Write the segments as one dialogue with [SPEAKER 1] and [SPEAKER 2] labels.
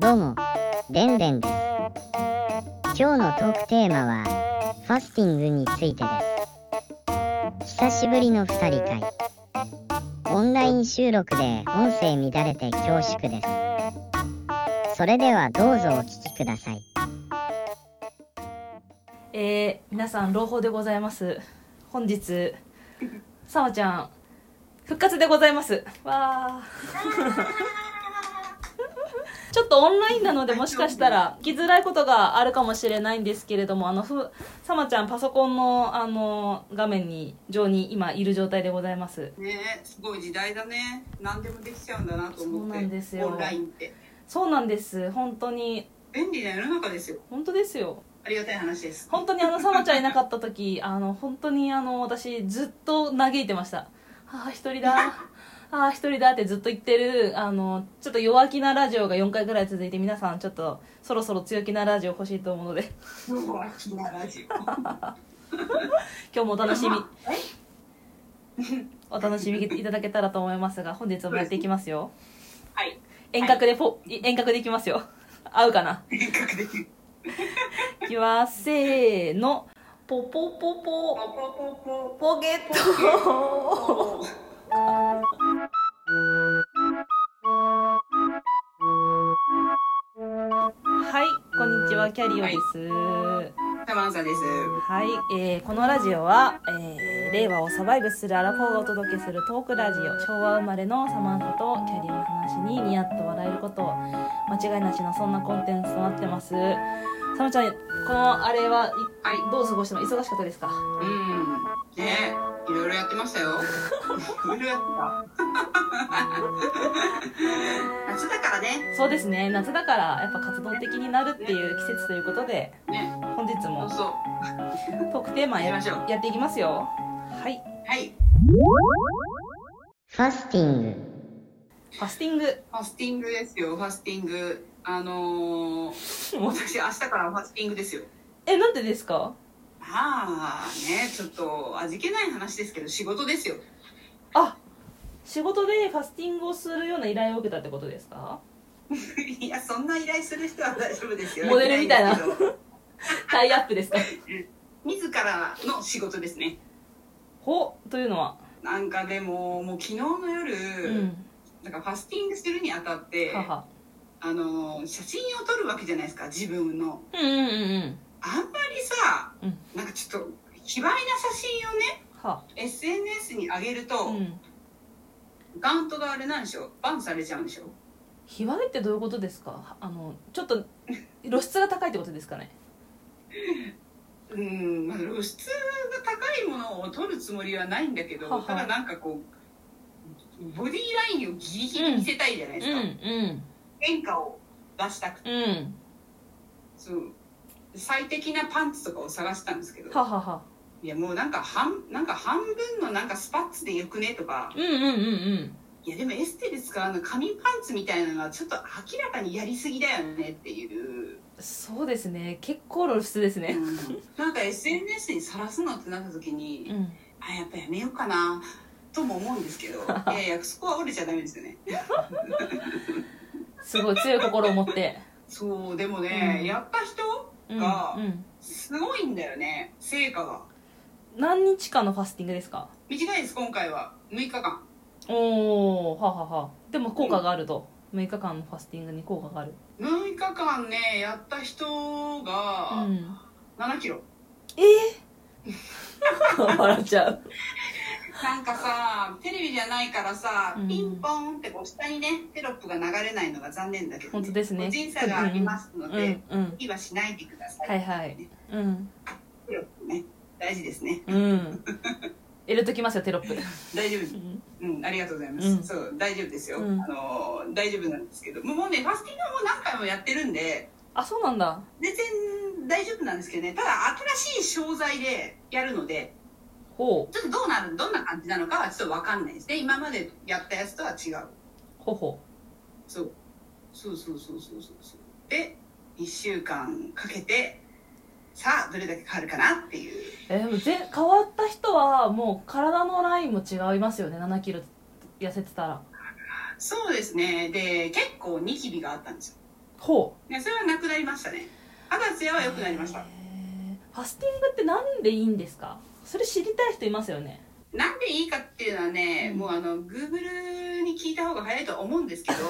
[SPEAKER 1] どうも、でんでんです。今日のトークテーマは、ファスティングについてです。久しぶりの2人会。オンライン収録で音声乱れて恐縮です。それではどうぞお聞きください。
[SPEAKER 2] えー、皆さん朗報でございます本日さおちゃん復活でございますわーちょっとオンラインなのでもしかしたら聞きづらいことがあるかもしれないんですけれどもあのふさまちゃんパソコンのあの画面に上に今いる状態でございます
[SPEAKER 3] ねえすごい時代だね何でもできちゃうんだなと
[SPEAKER 2] そ
[SPEAKER 3] 思
[SPEAKER 2] う
[SPEAKER 3] って
[SPEAKER 2] なんですよ
[SPEAKER 3] オンラインって
[SPEAKER 2] そうなんです本当に
[SPEAKER 3] 便利な世の中ですよ
[SPEAKER 2] 本当ですよ
[SPEAKER 3] ありがたい話です
[SPEAKER 2] 本当にあのさまちゃんいなかった時あの本当にあの私ずっと嘆いてましたああ一人だああ一人だってずっと言ってるあのちょっと弱気なラジオが4回ぐらい続いて皆さんちょっとそろそろ強気なラジオ欲しいと思うので
[SPEAKER 3] すごい気なラジ
[SPEAKER 2] 今日もお楽 しみ
[SPEAKER 3] え
[SPEAKER 2] お楽しみいただけたらと思いますが本日もやっていきますよ
[SPEAKER 3] オはい
[SPEAKER 2] 遠隔でポ、遠隔でいきますよ合うかな
[SPEAKER 3] 遠隔できる
[SPEAKER 2] いきますせーのポポポ
[SPEAKER 3] ポ
[SPEAKER 2] ポ
[SPEAKER 3] ポポ
[SPEAKER 2] ポケット
[SPEAKER 3] ポ
[SPEAKER 2] はい、こんにちは、キャリオです。は
[SPEAKER 3] サマンサです
[SPEAKER 2] い、えーこのラジオは、えー令和をサバイブするアラフォーがお届けするトークラジオ、昭和生まれのサマンサとキャリオの話にニヤッと笑えることを、間違いなしのそんなコンテンツとなってます。サマちゃん、このあれは、い
[SPEAKER 3] はい
[SPEAKER 2] どう過ごしても忙しかったですか
[SPEAKER 3] うんねえいろいろやってましたよいろいろやってた 夏だからね
[SPEAKER 2] そうですね、夏だからやっぱ活動的になるっていう季節ということで、
[SPEAKER 3] ね
[SPEAKER 2] 本日
[SPEAKER 3] そ
[SPEAKER 2] も
[SPEAKER 3] うそう
[SPEAKER 2] トークテーマや
[SPEAKER 3] やりましょう
[SPEAKER 2] やっていきますよ。はい、
[SPEAKER 3] はい
[SPEAKER 1] ファスティング。
[SPEAKER 2] ファスティング。
[SPEAKER 3] ファスティングですよファスティングあのー、
[SPEAKER 2] もう
[SPEAKER 3] 私明日からファスティングですよ
[SPEAKER 2] え、なんでですか
[SPEAKER 3] まあねちょっと味気ない話ですけど仕事ですよ
[SPEAKER 2] あ仕事でファスティングをするような依頼を受けたってことですか
[SPEAKER 3] いやそんな依頼する人は大丈夫ですよ
[SPEAKER 2] モデルみたいな
[SPEAKER 3] やんですけ ど
[SPEAKER 2] タイアップですか
[SPEAKER 3] 自らの仕事ですね
[SPEAKER 2] ほというのは、
[SPEAKER 3] なんかでももう昨日の夜、
[SPEAKER 2] うん、
[SPEAKER 3] なんかファスティングするにあたって
[SPEAKER 2] はは
[SPEAKER 3] あの写真を撮るわけじゃないですか自分の
[SPEAKER 2] うんうんうんうん
[SPEAKER 3] あんまりさ、
[SPEAKER 2] うん
[SPEAKER 3] なんかちょっと卑猥な写真をね
[SPEAKER 2] は
[SPEAKER 3] SNS に上げると、
[SPEAKER 2] うん
[SPEAKER 3] アカウントがあれなんでしょバンされちゃうんでしょ
[SPEAKER 2] 卑猥ってどういうことですかあのちょっと露出が高いってことですかね
[SPEAKER 3] うんまあ露出が高いものを取るつもりはないんだけど
[SPEAKER 2] はは
[SPEAKER 3] ただなんかこうボディーラインをギリギリ見せたいじゃないう
[SPEAKER 2] ん
[SPEAKER 3] ですか、
[SPEAKER 2] うん
[SPEAKER 3] 変化を出したくて
[SPEAKER 2] うん
[SPEAKER 3] そう最適なパンツとかを探したんですけど
[SPEAKER 2] はははい
[SPEAKER 3] やもうなんか半なんか半分のなんかスパッツでよくねとか
[SPEAKER 2] うんうんうんうん
[SPEAKER 3] いやでもエステで使うの紙パンツみたいなのはちょっと明らかにやりすぎだよねっていう
[SPEAKER 2] そうですね結構露出ですね
[SPEAKER 3] なんか SNS にさらすのってなった時に、
[SPEAKER 2] うん
[SPEAKER 3] あやっぱやめようかなとも思うんです けどいやいやそこは折れちゃダメですよね
[SPEAKER 2] すごい強い心を持って
[SPEAKER 3] そうでもね、
[SPEAKER 2] うん
[SPEAKER 3] やった人
[SPEAKER 2] うん、う
[SPEAKER 3] が
[SPEAKER 2] ん、
[SPEAKER 3] すごいんだよね成果が
[SPEAKER 2] 何日間のファスティングですか
[SPEAKER 3] 短いです今回は6日間
[SPEAKER 2] おおはははでも効果があると、6日間のファスティングに効果がある
[SPEAKER 3] 6日間ねやった人が
[SPEAKER 2] うん
[SPEAKER 3] 7キロ、
[SPEAKER 2] ええ笑っちゃう
[SPEAKER 3] なんかさテレビじゃないからさ、
[SPEAKER 2] うん
[SPEAKER 3] ピンポーンってこう下にねテロップが流れないのが残念だけど、
[SPEAKER 2] 本当ですね
[SPEAKER 3] 個人差があります
[SPEAKER 2] う
[SPEAKER 3] の
[SPEAKER 2] ん
[SPEAKER 3] で、
[SPEAKER 2] うん
[SPEAKER 3] 今はしないでください、
[SPEAKER 2] はいはいうん
[SPEAKER 3] テロップね大事ですね
[SPEAKER 2] うん入れときますよテロップ
[SPEAKER 3] 大丈夫です
[SPEAKER 2] うん
[SPEAKER 3] うん、ありがとうございます。
[SPEAKER 2] うん
[SPEAKER 3] そう、大丈夫ですよ。
[SPEAKER 2] うん
[SPEAKER 3] あのー、大丈夫なんですけど、もうもうね、ファスティングはもう何回もやってるんで、
[SPEAKER 2] あそうなんだ
[SPEAKER 3] 全然大丈夫なんですけどね、ただ新しい商材でやるので、
[SPEAKER 2] ほう
[SPEAKER 3] ちょっとどうなる、どんな感じなのかはちょっとわかんないですね。今までやったやつとは違う。
[SPEAKER 2] ほうほ
[SPEAKER 3] そう。そうそうそうそうそうそう。で、1週間かけて、さあ、どれだけ変わるかなっていう
[SPEAKER 2] う。えーでもぜ変わった人はもう体のラインも違いますよね7キロ痩せてたら
[SPEAKER 3] そうですねで結構ニキビがあったんですよ
[SPEAKER 2] ほう
[SPEAKER 3] ねそれはなくなりましたね肌ツヤは良くなりました
[SPEAKER 2] へーファスティングってなんでいいんですかそれ知りたい人いますよね
[SPEAKER 3] なんでいいかっていうのはね、
[SPEAKER 2] うん
[SPEAKER 3] もうあの Google に聞いた方が早いとは思うんです けど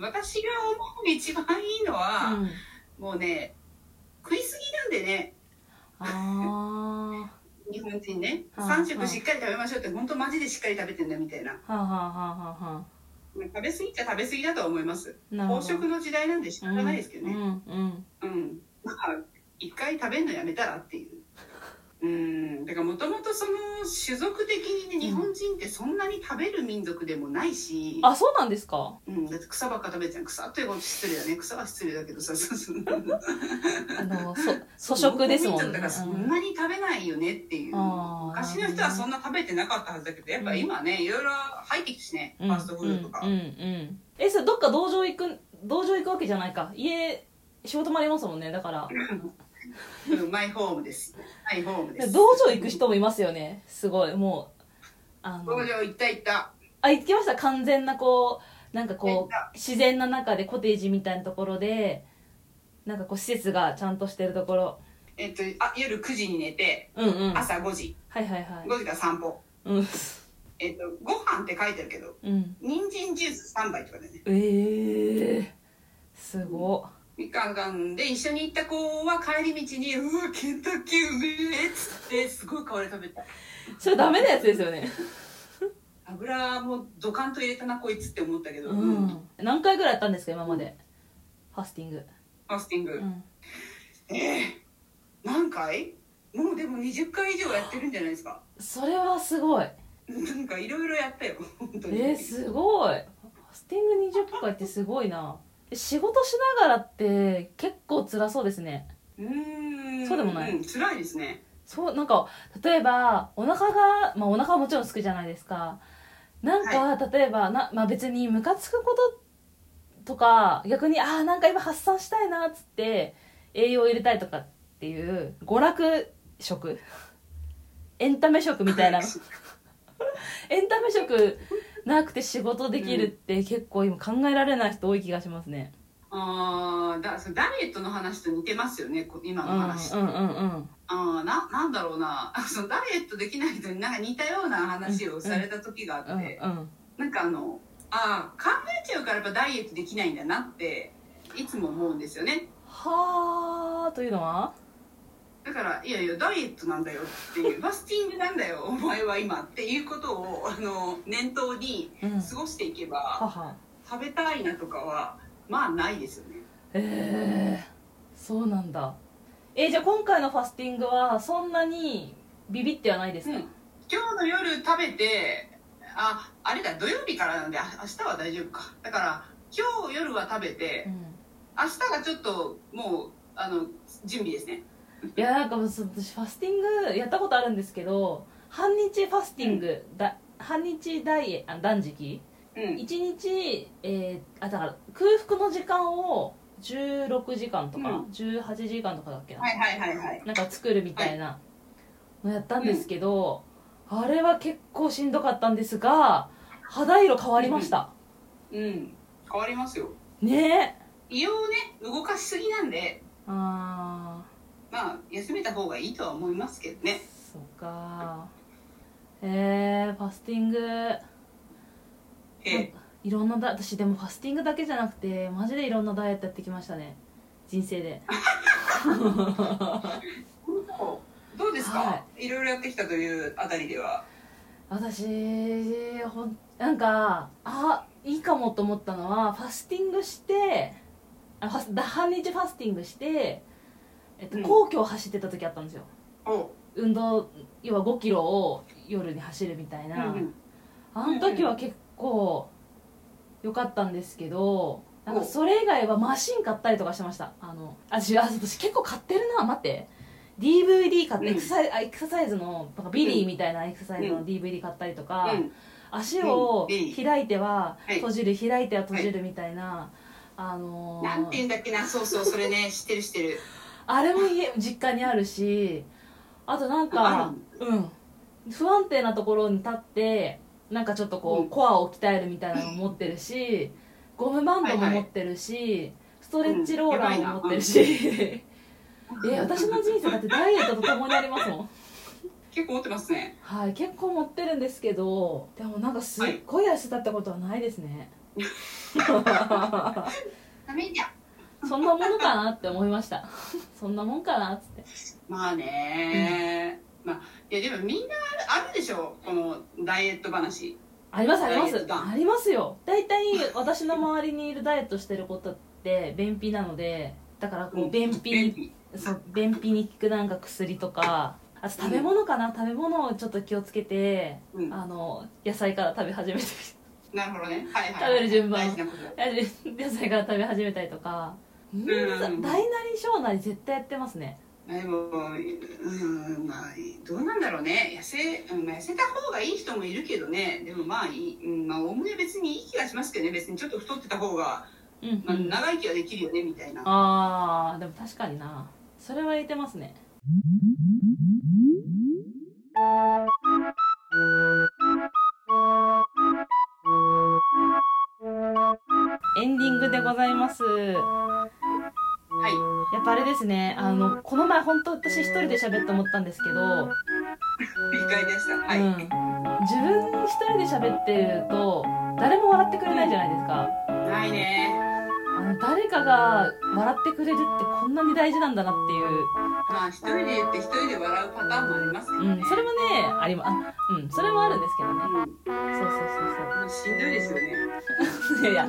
[SPEAKER 3] 私が思う一番いいの
[SPEAKER 2] う
[SPEAKER 3] は、
[SPEAKER 2] ん
[SPEAKER 3] もうね食いすぎなんでね
[SPEAKER 2] あ
[SPEAKER 3] 日本人ね
[SPEAKER 2] はい
[SPEAKER 3] 3食しっかり食べましょうって本当マジでしっかり食べてんだみたいな
[SPEAKER 2] あはあはあはあはあ
[SPEAKER 3] 食べ過ぎっちゃ食べ過ぎだとは思います
[SPEAKER 2] なるほ
[SPEAKER 3] 飽
[SPEAKER 2] ど
[SPEAKER 3] 食の時代なんで仕方ないですけどね
[SPEAKER 2] うんうんうん
[SPEAKER 3] うん、まあ一回食べるのやめたらっていううんだからもともとその種族的にね日本人ってそんなに食べる民族でもないし、
[SPEAKER 2] あそうなんですか
[SPEAKER 3] うん、だって草ばっか食べてん草っていうこと失礼だね草は失礼だけどさそうそう
[SPEAKER 2] あの そ粗食ですもんね
[SPEAKER 3] だからそんなに食べないよねっていう
[SPEAKER 2] あー
[SPEAKER 3] 昔の人はそんな食べてなかったはずだけどやっぱ今ねいろいろ入ってきてしねフ
[SPEAKER 2] うん
[SPEAKER 3] ァーストフードとか、
[SPEAKER 2] うんうんうんえそれどっか道場行く道場行くわけじゃないか家仕事もありますもんねだから
[SPEAKER 3] うんマイホームですマイホームです
[SPEAKER 2] 道場行く人もいますよねすごいもうあの
[SPEAKER 3] 道場行った行った
[SPEAKER 2] あ行きました完全なこうなんか
[SPEAKER 3] 行っ
[SPEAKER 2] こ
[SPEAKER 3] た
[SPEAKER 2] う自然な中でコテージみたいなところでなんかこう施設がちゃんとしてるところ
[SPEAKER 3] えっとあ夜9時に寝て
[SPEAKER 2] うんうんはい
[SPEAKER 3] 朝5時
[SPEAKER 2] はいはい
[SPEAKER 3] 5時から散歩
[SPEAKER 2] うん
[SPEAKER 3] えっとご飯って書いてるけど
[SPEAKER 2] うん
[SPEAKER 3] 人参ジュース3杯とかでね
[SPEAKER 2] ええー、すご
[SPEAKER 3] みかんがんで一緒に行った子は帰り道に「うわケンタッキーうめえ」っつってすごい香り食べた
[SPEAKER 2] いそれダメなやつですよね
[SPEAKER 3] 油もドカンと入れたなこいつって思ったけど、
[SPEAKER 2] う
[SPEAKER 3] うん
[SPEAKER 2] ん何回ぐらいやったんですか今までファスティング、
[SPEAKER 3] ファスティング、
[SPEAKER 2] うん、
[SPEAKER 3] ええ何回もうでも20回以上やってるんじゃないですか
[SPEAKER 2] それはすごい
[SPEAKER 3] なんかいろいろやったよ本当に、
[SPEAKER 2] えー、すごいファスティング20回ってすごいな仕事しながらって結構辛そうですね
[SPEAKER 3] うーん
[SPEAKER 2] そうでもない
[SPEAKER 3] ん、辛いですね
[SPEAKER 2] そうなんか例えばお腹がまあお腹はもちろんすくじゃないですかなんか、例えばな、まあ、別にムカつくこととか逆にああんか今発散したいなっつって栄養を入れたいとかっていう娯楽食エンタメ食みたいなエンタメ食なくて仕事できるって結構今考えられない人多い気がしますね。
[SPEAKER 3] あーだそのダイエットの話と似てますよねこ今
[SPEAKER 2] うん
[SPEAKER 3] の話、
[SPEAKER 2] うんうんうん
[SPEAKER 3] あーななんだろうな そのダイエットできない人になんか似たような話をされた時があって、
[SPEAKER 2] うんうん
[SPEAKER 3] なんかあのあー考えちゃうからやっぱダイエットできないんだなっていつも思うんですよね
[SPEAKER 2] はあというのは
[SPEAKER 3] だから「いやいやダイエットなんだよ」って いう「ファスティングなんだよお前は今」っていうことをあの念頭に
[SPEAKER 2] うん
[SPEAKER 3] 過ごしていけ
[SPEAKER 2] は
[SPEAKER 3] ば
[SPEAKER 2] は
[SPEAKER 3] 食べたいなとかはまあないですよね
[SPEAKER 2] ええそうなんだえーじゃあ今回のファスティングはそんなにビビってはないです
[SPEAKER 3] うん
[SPEAKER 2] か、
[SPEAKER 3] 今日の夜食べてああれだ土曜日からなんであ明日は大丈夫かだから今日夜は食べて明日がちょっともうあの準備ですね
[SPEAKER 2] いやなんかもうそう私ファスティングやったことあるんですけど半日ファスティング、だ半日ダイエあ断食
[SPEAKER 3] うん
[SPEAKER 2] 一日、えーあだから空腹の時間を16時間とか、
[SPEAKER 3] うん
[SPEAKER 2] 18時間とかだっけな、
[SPEAKER 3] はいはいはいはい
[SPEAKER 2] なんか作るみたいなのやったんですけど、あれは結構しんどかったんですが肌色変わりました、
[SPEAKER 3] うん変わりますよ
[SPEAKER 2] ねえ
[SPEAKER 3] 胃をね動かしすぎなんで
[SPEAKER 2] あ
[SPEAKER 3] まあ休めた方がいいとは思いますけどね
[SPEAKER 2] ーそっかえー、ファスティング
[SPEAKER 3] ええ
[SPEAKER 2] いろんなだ私でもファスティングだけじゃなくてマジでいろんなダイエットやってきましたね人生で
[SPEAKER 3] どうですか、、
[SPEAKER 2] はい
[SPEAKER 3] ろいろやってきたというあたりでは
[SPEAKER 2] 私ほんなんかあいいかもと思ったのはファスティングしてあファスだ半日ファスティングして、えっと
[SPEAKER 3] うん
[SPEAKER 2] 皇居を走ってた時あったんですよ
[SPEAKER 3] お
[SPEAKER 2] 運動要は5キロを夜に走るみたいな、
[SPEAKER 3] うんうん
[SPEAKER 2] あの時は結構良かったんですけどなんかそれ以外はマシン買ったりとかしてましたあのあ私あ私結構買ってるな待って DVD 買って、
[SPEAKER 3] うん
[SPEAKER 2] エクササイあエクササイズのなんかビリーみたいなエクササイズ
[SPEAKER 3] う
[SPEAKER 2] の DVD 買ったりとか、
[SPEAKER 3] うん
[SPEAKER 2] 足を
[SPEAKER 3] うんうん
[SPEAKER 2] 開いては
[SPEAKER 3] はい
[SPEAKER 2] 閉じる、開いては閉じるみたいな、あのー
[SPEAKER 3] なんて言うんだっけなそうそうそれね 知ってる知ってる
[SPEAKER 2] あれも家実家にあるしあとなん
[SPEAKER 3] あ
[SPEAKER 2] かうん不安定なところに立ってなんかちょっとこう、
[SPEAKER 3] うん
[SPEAKER 2] コアを鍛えるみたいなのも持ってるしゴムバンドも持ってるし、ストレッチローラーも持ってるし、 え私の人生だってダイエットと共にありますもん
[SPEAKER 3] 結構持ってますね
[SPEAKER 2] はい結構持ってるんですけどでもなんかすっごい痩せたってことはないですね、
[SPEAKER 3] ダメじゃん
[SPEAKER 2] そんなものかなって思いましたそんなもんかなっつって
[SPEAKER 3] まあねまあいやでもみんなあるあるでしょこのダイエット話
[SPEAKER 2] ありますありま
[SPEAKER 3] ダイエ
[SPEAKER 2] す
[SPEAKER 3] ットだ
[SPEAKER 2] ありますよ大体私の周りにいるダイエットしてることって便秘なのでだからこ
[SPEAKER 3] う
[SPEAKER 2] うん便秘に
[SPEAKER 3] 便
[SPEAKER 2] そう便秘に効くなんか薬とかあと食べ物かな、食べ物をちょっと気をつけて、
[SPEAKER 3] うん
[SPEAKER 2] あの野菜から食べ始めて
[SPEAKER 3] なるほどねはいはい
[SPEAKER 2] 食べる順番
[SPEAKER 3] 大事なことだ
[SPEAKER 2] あれ野菜から食べ始めたりとか、うん、
[SPEAKER 3] うん
[SPEAKER 2] 大なり小なり絶対やってますね
[SPEAKER 3] でもうんまあどうなんだろうね痩せ,、うん、まあ痩せた方がいい人もいるけどねでもまあいい、うんまあ、おおむね別にいい気がしますけどね別にちょっと太ってた方が、
[SPEAKER 2] うん、
[SPEAKER 3] まあ、長生きはできるよねみたいな
[SPEAKER 2] あーでも確かになそれは言ってますねエンディングでございます
[SPEAKER 3] はい
[SPEAKER 2] やっぱあれですねあのこの前本当私一人で喋って思ったんですけど
[SPEAKER 3] 理解でしたはい、
[SPEAKER 2] うん、自分一人で喋ってると誰も笑ってくれないじゃないですか
[SPEAKER 3] ないね
[SPEAKER 2] あの誰かが笑ってくれるってこんなに大事なんだなってい
[SPEAKER 3] まあ一人で言って一人で笑うパターンもありますけど
[SPEAKER 2] う、
[SPEAKER 3] ね、
[SPEAKER 2] うん、それもねありまあうんそれもあるんですけどね
[SPEAKER 3] うん
[SPEAKER 2] そうそうそう
[SPEAKER 3] まあしんどいですよね
[SPEAKER 2] そう いやいや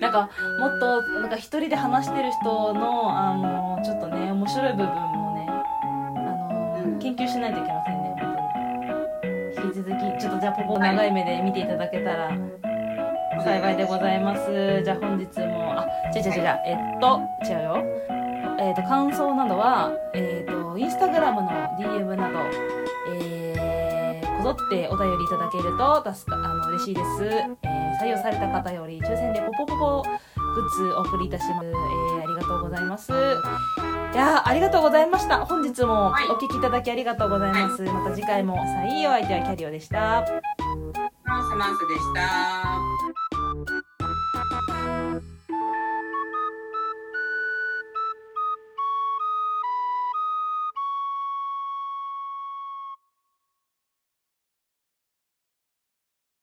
[SPEAKER 2] なんかもっとなんか一人で話してる人のあのちょっとね面白い部分もねあ
[SPEAKER 3] う
[SPEAKER 2] の
[SPEAKER 3] ん
[SPEAKER 2] 研究しないといけませんね本当に引き続きちょっとじゃあここを長い目で見ていただけたら幸いでございます。じゃあ本日も、あ、違う違う違う、えっと、違うよ。えっと、感想などは、えっと、インスタグラムの DM など、えー、こぞってお便りいただけると、助か、あの、嬉しいです。えー採用された方より、抽選でポポポポグッズお送りいたします。えー、ありがとうございます。いやーありがとうございました。本日もお
[SPEAKER 3] はい
[SPEAKER 2] 聞きいただきありがとうございます。また次回も、さあいいお相手はキャリオでした。
[SPEAKER 3] マンサマンサでした